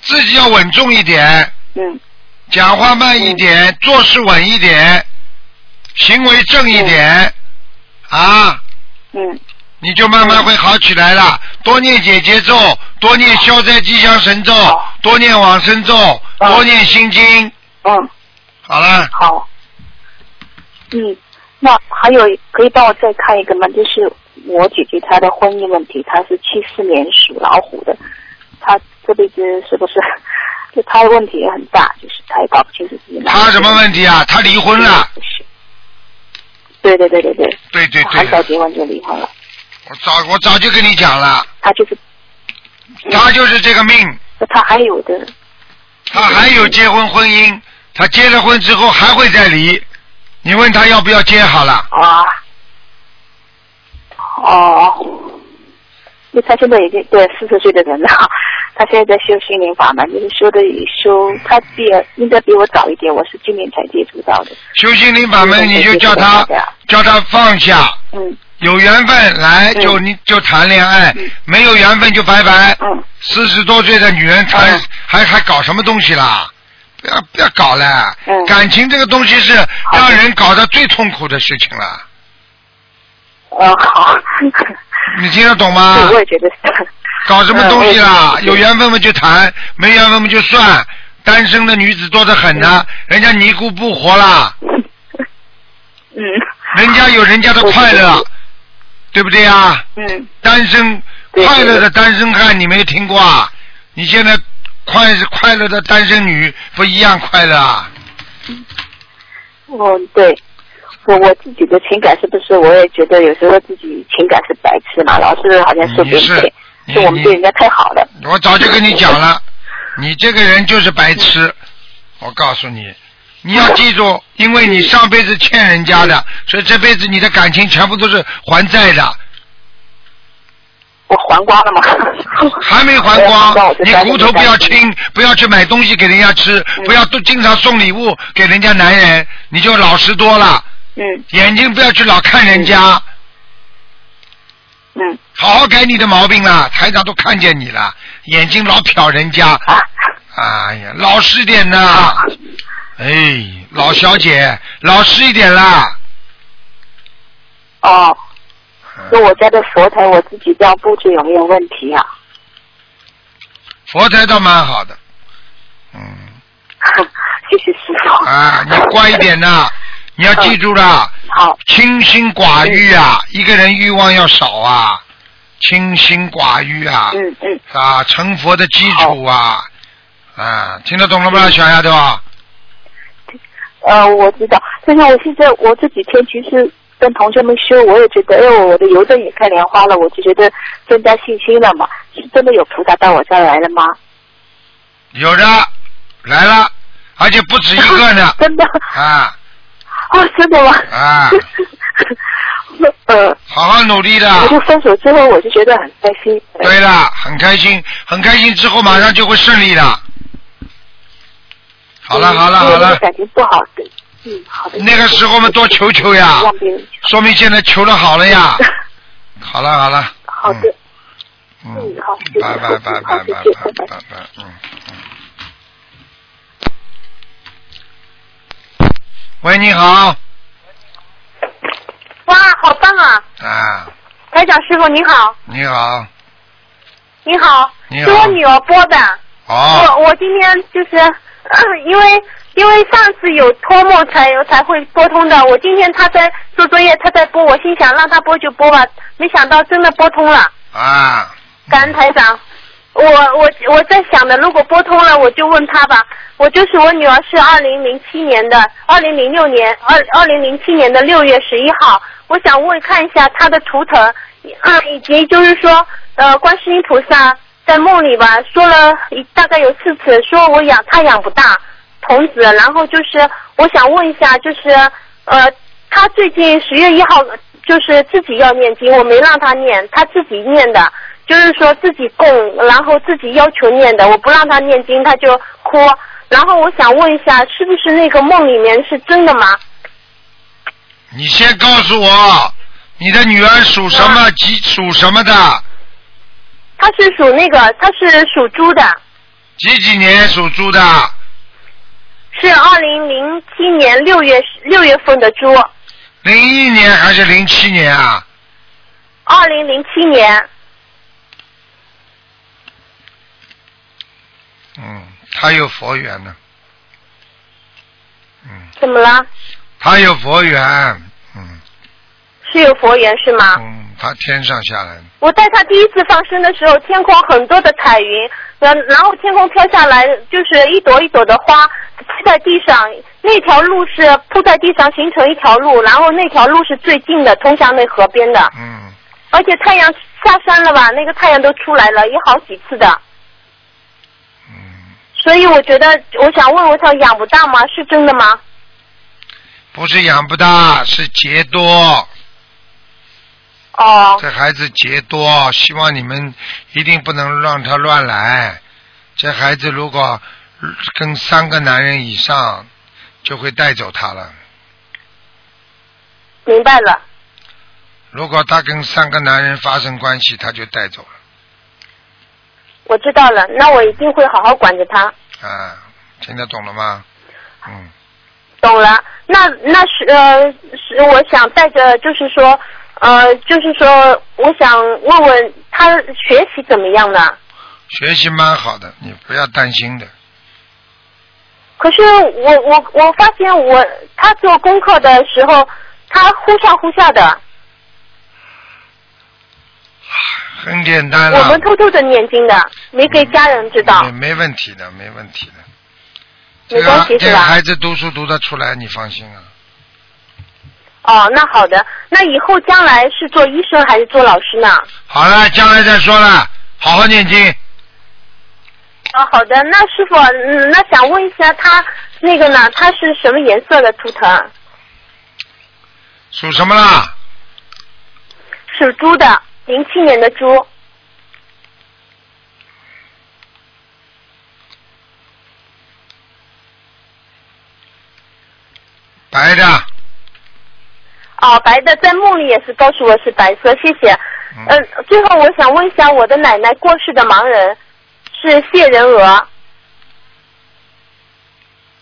自己要稳重一点，
嗯
讲话慢一点，做事稳一点，行为正一点，啊，
嗯
你就慢慢会好起来了。多念姐姐咒，多念消灾吉祥神咒，多念往生咒，多念心经。
嗯，
好了，
好。嗯，那还有可以帮我再看一个吗？就是我姐姐她的婚姻问题，她是七四年属老虎的，她这辈子是不是 就她的问题也很大，就是她也搞不清楚自己哪里
他什么问题啊？他离婚了。
是对对对对对，
对对
很早
对，
结婚就离婚了，
我早我早就跟你讲了，
她就是
他就是这个命。
她还有的
他还有结婚婚姻，他结了婚之后还会再离，你问他要不要结好了？
啊，哦，那他现在已经对四十岁的人了， 他现在在修心灵法门，就是修的修，他比应该比我早一点，我是今年才接触到的。
修心灵法门，你就叫他叫他放下，
嗯
有缘分来就你就谈恋爱，没有缘分就拜拜。
嗯，
四十多岁的女人谈
嗯
还还搞什么东西啦？不要不要搞了
嗯，
感情这个东西是让人搞得最痛苦的事情了，
呃，好，
你听得懂吗？
对，我也觉得 是。
搞什么东西啦？
嗯
有缘分嘛就谈，没缘分嘛就算。单身的女子多得很呢，人家尼姑不活啦，
嗯
人家有人家的快乐，对不对啊？
嗯，
单身
对
快乐的单身汉你没听过啊？你现在快快乐的单身女不一样快乐啊？
我哦对。我我自己的情感是不是？我也觉得有时候自己情感是白痴嘛，老是好像说别人
你是
对，
你
是我们
你
对人家太好了。
我早就跟你讲了，你这个人就是白痴。我告诉你，你要记住，因为你上辈子欠人家的，所以这辈子你的感情全部都是还债的，
我还光了吗？哎
还没还光。你骨头不要轻，不要去买东西给人家吃，
嗯
不要都经常送礼物给人家男人，你就老实多了。
嗯
眼睛不要去老看人家，
嗯
好好改你的毛病啦。台长都看见你了，眼睛老瞟人家，
啊，
哎呀，老实点呐！哎，老小姐，老实一点啦！
哦，那我家的佛台我自己这样布置有没有问题啊？
佛台倒蛮好的，嗯
谢谢师傅。
啊，你乖一点 呐！你要记住啦，
好，
清心寡欲啊，一个人欲望要少啊，清心寡欲啊，
嗯嗯，
啊，成佛的基础啊，啊，听得懂了
嗯
吗，小丫头？
呃，我知道。但是我现在我这几天其实跟同学们修，我也觉得，哎呦，我的邮政也开莲花了，我就觉得增加信心了嘛。是真的有菩萨到我家来了吗？
有的，来了，而且
，
不止一个呢
真的
啊
啊，真的吗？
啊！
呃，
好好努力的。
我就分手之后，我就觉得很开心。呃
对啦，很开心，很开心之后马上就会顺利的。好了好
因为
了好
那个
了，
感情不好的，嗯，好的。
那个时候嘛多求求呀
让别人
说明现在求的好 了呀。好了好了。
好的。
嗯。
嗯
嗯，
好谢谢
拜拜拜拜
好
拜
谢
拜
谢
拜
拜
拜
拜
拜，嗯嗯。喂，你好。
哇，好棒啊！
啊，
台长师傅您好，
你好，
你好，
你好
是我女儿播的。
哦，
我我今天就是、 因为因为上次有托梦才才会拨通的，我今天她在做作业，她在播，我心想让她播就播吧，没想到真的拨通了。
啊，
感恩台长，我我我在想的，如果拨通了，我就问他吧。我就是我女儿是二零零七年的，二零零六年二二零零七年的六月十一号，我想问看一下她的图腾，嗯，以及就是说，呃，观世音菩萨在梦里吧说了一大概有四次，说我养她养不大童子，然后就是我想问一下，就是呃，她最近十月一号就是自己要念经，我没让她念，她自己念的。就是说自己供，然后自己要求念的，我不让他念经，他就哭。然后我想问一下，是不是那个梦里面是真的吗？
你先告诉我，你的女儿属什么？
嗯
几属什么的？
他是属那个，他是属猪的，
几几年属猪的？
是二零零七年六月六月份的猪，
零一年还是零七年啊？
二零零七年。
嗯，她有佛缘呢。嗯，
怎么了？
她有佛缘。嗯
是有佛缘是吗？
嗯，她天上下来的。
我带他第一次放生的时候，天空很多的彩云，然然后天空飘下来就是一朵一朵的花铺在地上，那条路是铺在地上形成一条路，然后那条路是最近的，通向那河边的，
嗯，
而且太阳下山了吧，那个太阳都出来了，有好几次的，
嗯，
所以我觉得我想问，我想养不大吗？是真的吗？
不是养不大，是劫多。
哦，
这孩子劫多，希望你们一定不能让他乱来。这孩子如果呃跟三个男人以上，就会带走他了。
明白了，
如果他跟三个男人发生关系，他就带走了。
我知道了，那我一定会好好管着他。
啊，听得懂了吗？嗯，
懂了，那那是呃，是我想带着，就是说，呃，就是说，我想问问他学习怎么样呢？
学习蛮好的，你不要担心的。
可是我我我发现我他做功课的时候，他忽上忽下的，
很简单了，
我们偷偷的念经的，没给家人知道
没，没问题的，没问题的。
没
这
关
个
系
这
是
个
吧
孩？子读书读得出来，你放心啊。
哦，那好的，那以后将来是做医生还是做老师呢？
好了，将来再说了，好好念经。
哦，好的，那师傅，嗯，那想问一下他那个呢，他是什么颜色的图腾？
属什么啦？
属猪的，零七年的猪。
白的，
哦，白的，在梦里也是告诉我是白色，谢谢。
嗯
嗯，最后我想问一下，我的奶奶过世的盲人是谢人娥，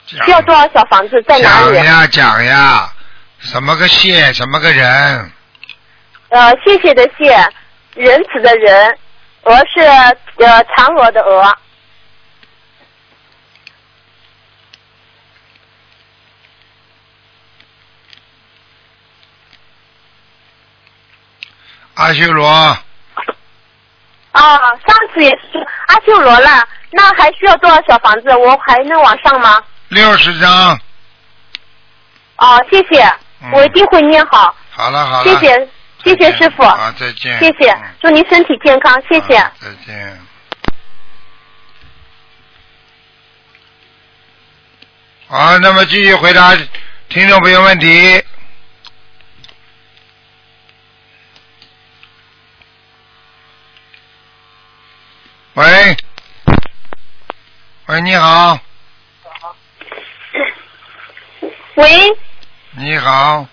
讲
需要多少小房子，在哪
讲
里？
呀讲呀，什么个谢，什么个人，
呃，谢谢的谢，仁慈的仁，娥是呃嫦娥的娥。
阿修罗，
哦，上次也是阿修罗了，那还需要多少小房子？我还能往上吗？
六十张。
哦，谢谢，
嗯
我一定会念好，
好了好了，
谢谢，谢谢
再见
师傅，
啊，再见，
谢谢
嗯，
祝您身体健康，谢谢。
啊再见。好，那么继续回答听众朋友问题。
喂，
你好，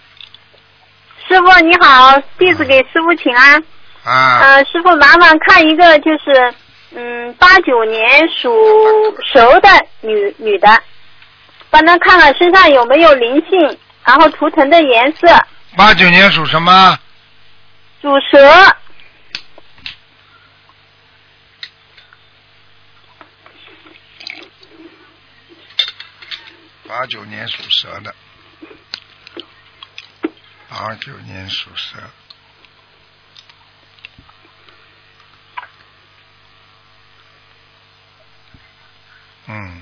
师傅你好，弟子给师傅请安。
嗯啊，
呃，师傅麻烦看一个就是，嗯，八九年属蛇的女女的，帮她看看身上有没有灵性，然后图腾的颜色，
八九年属什么？
属蛇。
八九年属蛇的，八九年属蛇。嗯，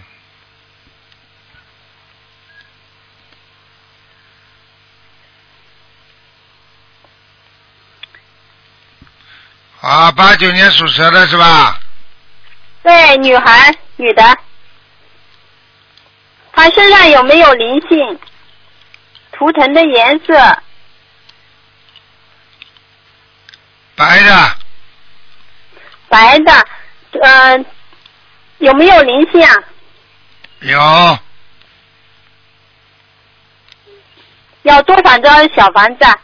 啊，八九年属蛇的是吧？
对，女孩，女的，她身上有没有灵性？图腾的颜色
白的，
白的，嗯、有没有灵性啊？
有
要多少张小房子？啊？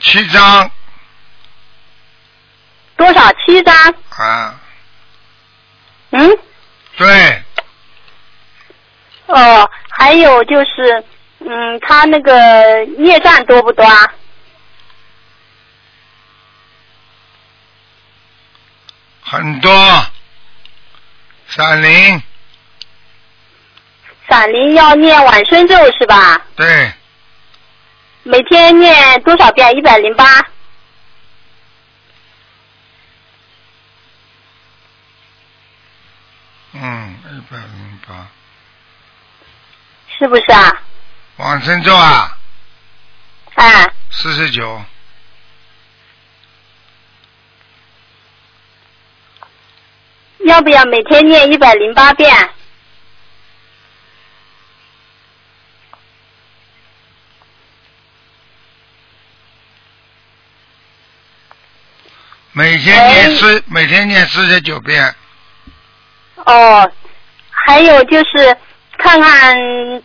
七张
多少？七张？
啊，
嗯，
对，
哦，还有就是，嗯，她那个业障多不多啊？
很多，闪灵，
闪灵要念往生咒是吧？
对，
每天念多少遍？一百零八。
嗯，一百零八，
是不是啊？
往生咒啊，
哎，
四十九，
要不要每天念一百零八遍？
每天念
喂
四，每天念四十九遍，
哦，还有就是看看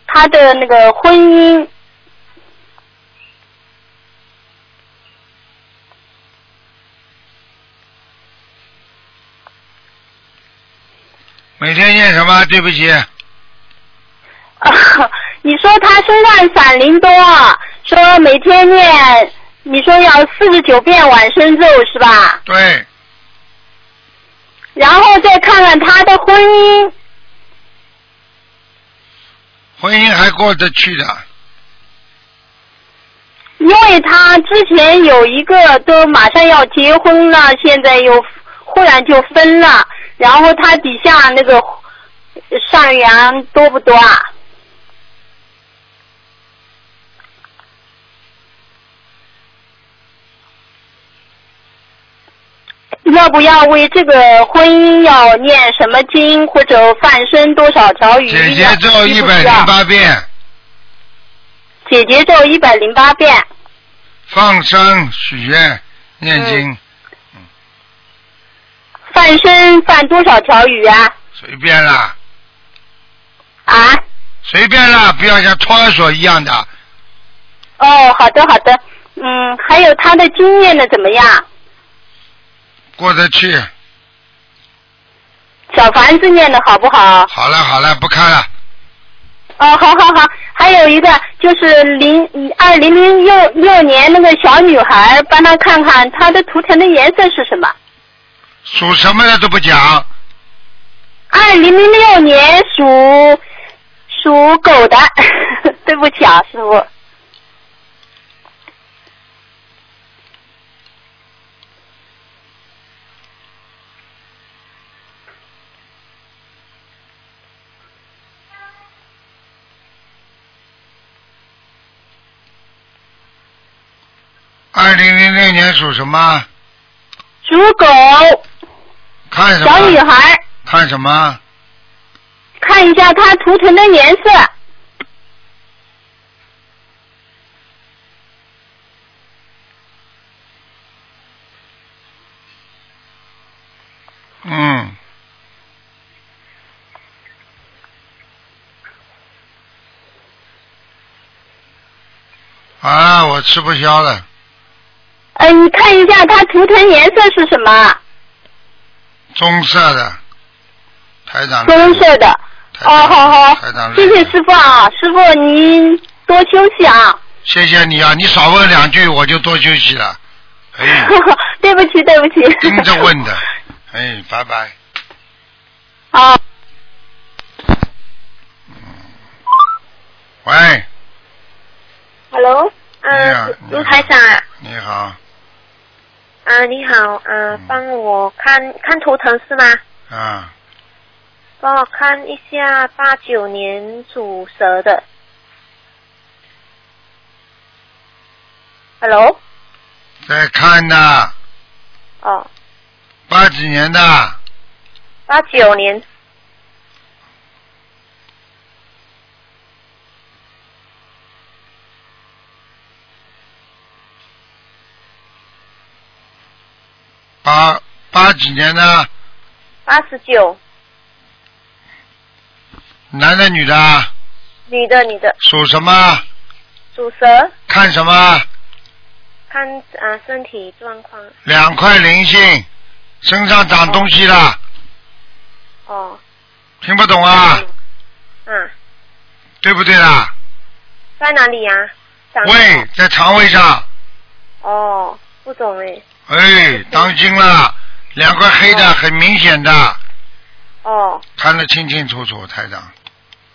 他的那个婚姻，
每天念什么？对不起，
啊、 你说他身上闪灵多，说每天念，你说要四十九遍往生咒是吧？
对，
然后再看看他的婚姻，
婚姻还过得去的，
因为他之前有一个都马上要结婚了，现在又忽然就分了，然后他底下那个善缘多不多啊？要不要为这个婚姻要念什么经或者放生多少条鱼？
姐姐咒一百零。八遍，
姐姐咒一百零八遍。
放生、许愿、念经，
放生放多少条鱼啊？
随便啦，
啊？
随便啦，不要像托儿所一样的，
哦，好的好的，嗯，还有他的经验呢怎么样？
过得去。
小房子念的好不好？
好了好了，不看了，
哦，好好好，还有一个就是零二零零六六年那个小女孩，帮她看看她的图腾的颜色是什么？
属什么的都不讲，
二零零六年属属狗的， 对不起啊，师傅。
二零零六年属什么？
属狗
看哎什么？
小女孩，
看什么？
看一下她图腾的颜色。
嗯，啊，我吃不消了，
呃，你看一下它图腾颜色是什么？
棕色的，台长。
棕色的。
台
哦，
长。
好
台
好
长，
谢谢师傅啊，师傅您多休息啊。
谢谢你啊，你少问两句我就多休息了。哎，
对不起，对不起。
盯着 问的。哎，拜拜。
啊，
喂，
Hello，
哎
呃，
呀你
卢
好
台长啊，
你好，
啊，你好，呃
嗯，
帮我看看图腾是吗？
啊，
帮我看一下八九年属蛇的。Hello，
在看呢，
哦，
八几年的，
八九年，
八八几年的，
八十九，
男的女的啊，
女的，女的，
属什么？
属蛇，
看什么？
看啊、身体状况，
两块灵性，身上长东西了，
哦，
听不懂啊？
嗯，
对不对啦？
在哪里呀、长得
胃在肠胃上，
哦，不懂哎，
哎，当心了，两块黑的很明显的，
哦，
看得清清楚楚，台长，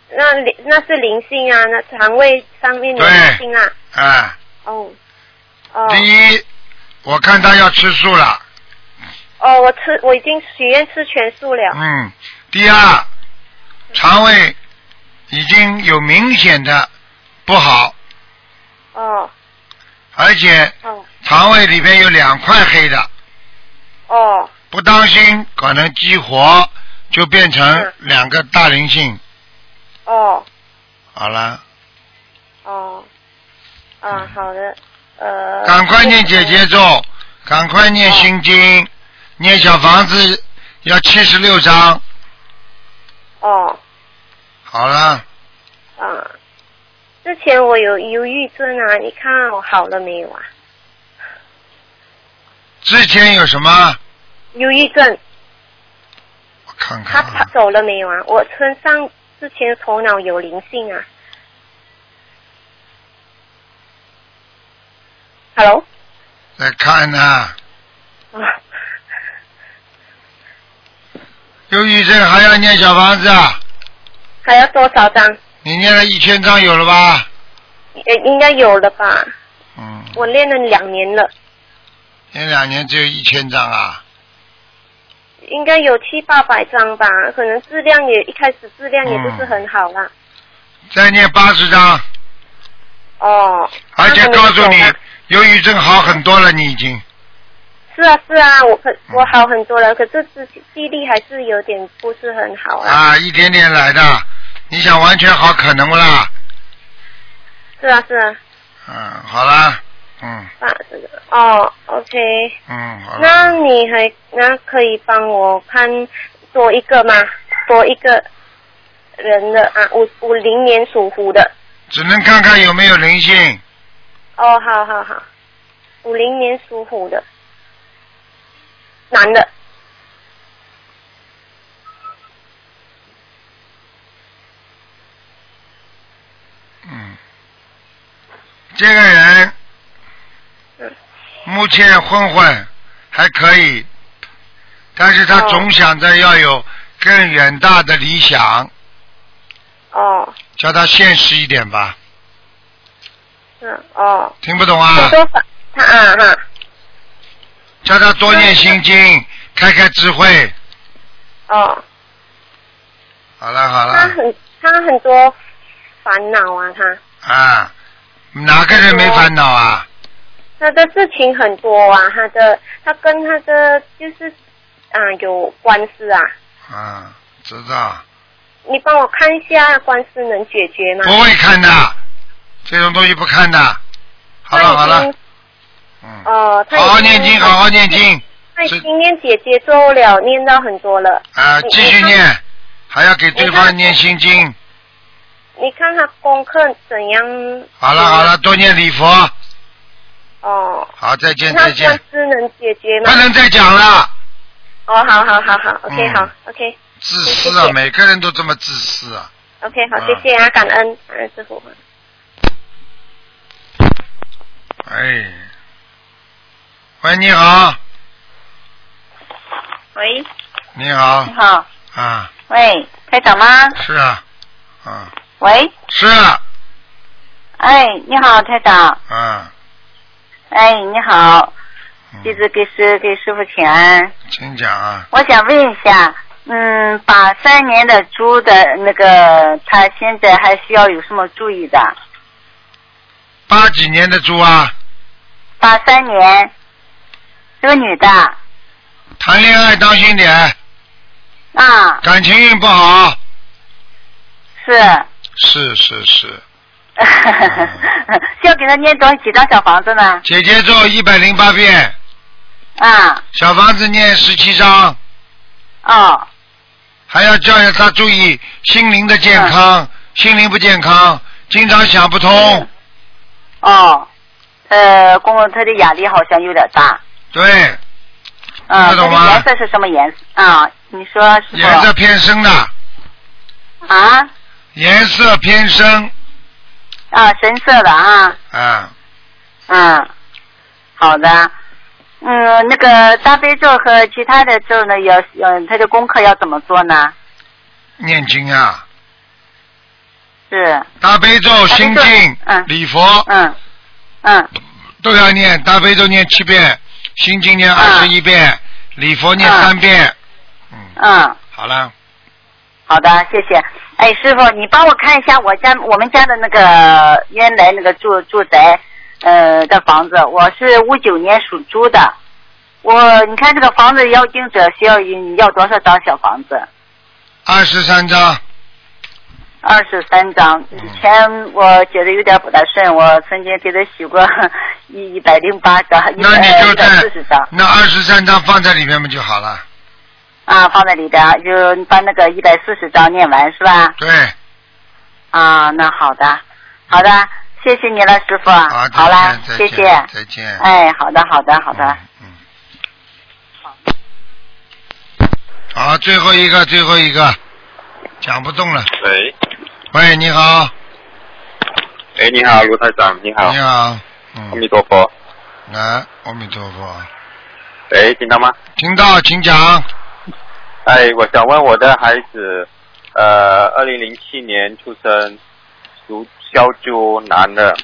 那灵那是灵性啊，那肠胃上面的
对
灵性啊。
哎。
哦，哦
第一，我看他要吃素了。
哦，我吃我已经许愿吃全素了。
嗯。第二，肠胃已经有明显的不好，
哦
而且
哦
肠胃里边有两块黑的，
哦
不当心可能激活就变成
嗯
两个大灵性。
哦
好了，
哦，啊好的，呃。嗯
赶快念姐姐咒，赶快念
哦
心经，念小房子要七十六章。
哦
好了，
啊，之前我有忧郁症啊，你看我好了没有啊？
之前有什么？
忧郁症，
我看
他
看
他
啊，
走了没有啊？我身上之前头脑有灵性啊。Hello。
再看呢、
啊，
忧郁症还要念小房子啊？
还要多少张？
你念了一千张有了吧？
呃，应该有了吧？
嗯，
我练了两年了，
念两年只有一千张啊？
应该有七八百张吧。可能质量也一开始质量也不是很好啊啦。
再念八十张，嗯
哦。
而
那
且
啊可能
告诉你
有啦，
忧郁症好很多了，你已经
是啊是啊，我可
嗯
我好很多了，可是自己记忆力还是有点不是很好啊。
啊，一点点来的，你想完全好可能不啦？
是啊是啊，
嗯，好啦，嗯
啊是的。哦，OK，
嗯，好
那
了，
你还那可以帮我看多一个吗？多一个人的啊，五五零年属虎的。
只能看看有没有灵性。
哦，好好好，五零年属虎的，男的，
嗯，这个人
嗯
目前混混还可以，但是他
哦
总想着要有更远大的理想，
哦，
叫他现实一点吧。
嗯，哦，
听不懂
很
啊？
多法，他啊哈，
叫他多念心经，开开智慧。啊
哦，
好了好
他
了，
很他很多烦恼啊，他
啊，哪个人没烦恼啊？
他的事情很多啊，他的他跟他的就是啊有官司啊，
啊，知道，
你帮我看一下官司能解决吗？
不会看的，这种东西不看的。好了好
他已
了
经，
嗯，
哦，他已
好好念经，好好念经。
他已
是
经念姐姐咒了，念到很多了。
啊，
你
继续
你看
念，还要给对
我
方
看
念心经。
你看他功课怎样？
好了好了，多念礼佛。
哦，
好，再见
那
再
官
见。
司能解决吗
不？能再讲了，
哦，好好好好，OK，、
嗯
好，OK，OK，、
自私啊
谢！谢
每个人都这么自私啊。
好，谢谢啊，感恩感恩师傅。
哎，喂，你好，
喂，
你好
你，好，
啊，
喂，台长吗？
是啊，啊，
喂，
是啊，
哎，你好，台长，
啊，
哎，你好，
嗯
弟子给师给师傅请安。
请讲啊，
我想问一下，嗯，八三年的猪的那个，他现在还需要有什么注意的？
八几年的猪啊，
八三年，是个女的，
谈恋爱当心点，
啊，
感情运不好，
是，
是是是，
需要给他念多几张小房子呢？
姐姐咒一百零八遍，
啊，
小房子念十七章，
哦，
还要叫他注意心灵的健
嗯
康，心灵不健康，经常想不通，
哦，呃，公公他的压力好像有点大。
对，
啊，
听得
它
懂
的
吗
颜色是什么颜色啊？你说是
颜色偏深的，
啊
颜色偏深，
啊，深色的啊，
啊，
嗯，好的，嗯，那个大悲咒和其他的咒呢，要要他的功课要怎么做呢？
念经啊，
是，
大悲咒、
大悲
心
咒
经、
嗯
礼佛
嗯嗯
都要念，大悲咒念七遍，心经念二十一遍，礼佛念
嗯
三遍。嗯，
嗯，
好了，
好的，谢谢。哎，师傅，你帮我看一下我家我们家的那个原来那个住住宅，呃的房子，我是五九年属猪的，我你看这个房子要经者需要要多少张小房子？
二十三章，
二十三张。
嗯
以前我觉得有点不大顺，我曾经给他许过 一一百零八张，一
那你就
百
在
四十张
那二十三章放在里面不就好了？
啊，放在里边儿，就把那个一百四十张念完是吧？
对，
啊，那好的，好的，谢谢你了，师傅。
好，
好啦
再，
谢谢
见，再见。，再见。
哎，好的，好的，好的。
嗯。嗯好，最后一个，最后一个，讲不动了。
喂，
喂，你好，
哎，你好，卢台长，你好
你，好，
阿
嗯，
弥陀佛。
来，阿弥陀佛，
哎，听到吗？
听到，请讲。
哎，我想问我的孩子，呃，二零零七年出生，属小猪男的，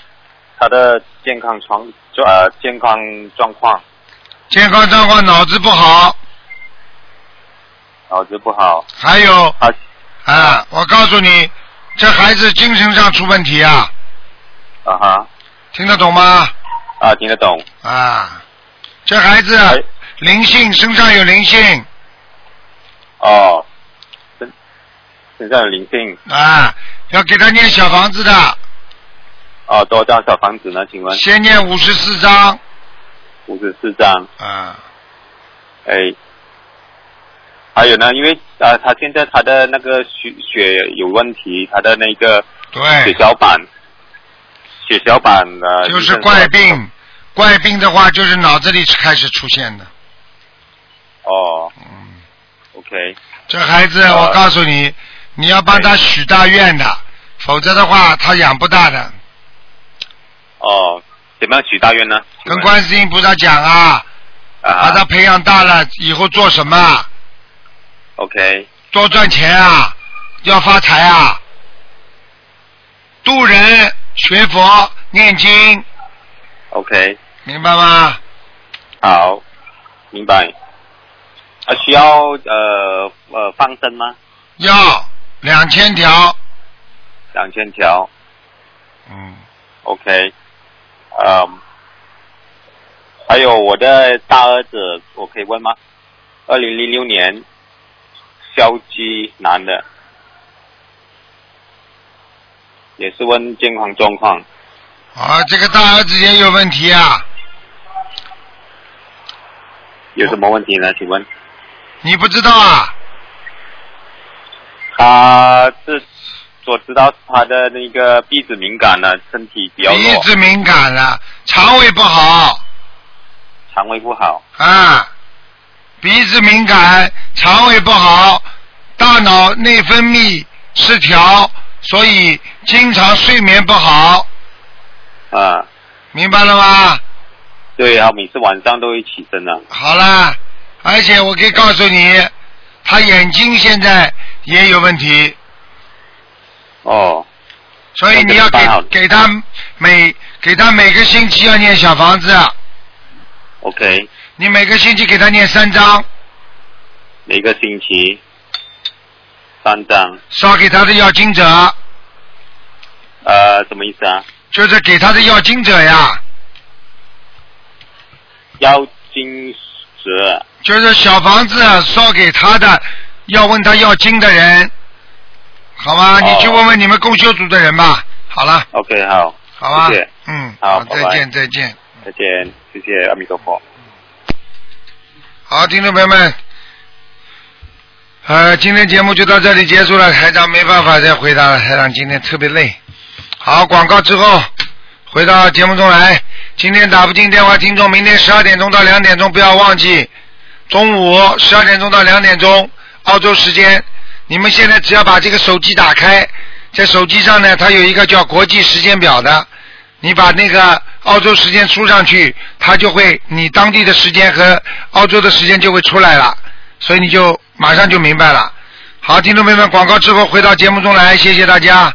他的健康状呃健康状况，
健康状况脑子不好，
脑子不好，
还有
他
啊，我告诉你，这孩子精神上出问题啊，
啊哈
听得懂吗？
啊听得懂，
啊，这孩子
哎
灵性身上有灵性
哦，身身上有灵性，
啊，要给他念小房子的，
哦，多张小房子呢？请问
先念五十四章
五十四张，
啊，
哎，还有呢，因为呃，他现在他的那个血血有问题，他的那个血
对，
小板，血小板呃，
就
医
是
生说
怪病，怪病的话就是脑子里开始出现的，
哦
嗯。
，OK，哎
这孩子，
呃
我告诉你，你要帮他许大愿
啊
的，否则的话他养不大的。
哦，怎么样许大愿呢？
跟观世音菩萨讲啊，把
啊
他培养大了以后做什么啊？
，OK，
多赚钱啊，要发财啊，渡人、学佛、念经，
OK，
明白吗？
好，明白。啊，需要呃呃放生吗？
要两千条，
两千条
嗯，
，OK，呃，还有我的大儿子，我可以问吗？二零零六年，肖鸡男的，也是问健康状况。
啊，这个大儿子也有问题啊，
有什么问题呢？请问
你不知道啊？
他是昨所知道是他的那个鼻子敏感了，身体比较
鼻
弱，
子敏感了，肠胃不好
肠胃不好，
啊，鼻子敏感，肠胃不好，大脑内分泌失调，所以经常睡眠不好，
啊，
明白了吗？
对啊，每次晚上都会起身啊的、
好啦，而且我可以告诉你，他眼睛现在也有问题，
哦，
所以你要给给他每给他每个星期要念小房子，
OK，
你每个星期给他念三章，
每个星期三张，
烧给他的要经者，
呃，什么意思啊？
就是给他的要经者呀，
妖精蛇，
就是小房子烧给他的，要问他要经的人，好吗？
哦
你去问问你们共修组的人吧。好了，
OK，好，
好吧
谢谢，
嗯，
好
好，
拜
再
拜
见，再见。嗯
再见，谢谢阿弥陀佛。
好，听众朋友们，呃，今天节目就到这里结束了。台长没办法再回答了，台长今天特别累。好，广告之后回到节目中来。今天打不进电话，听众明天十二点钟到两点钟不要忘记，中午十二点钟到两点钟，澳洲时间。你们现在只要把这个手机打开，在手机上呢，它有一个叫国际时间表的，你把那个澳洲时间输上去，它就会你当地的时间和澳洲的时间就会出来了，所以你就马上就明白了。好，听众朋友们，广告之后回到节目中来，谢谢大家。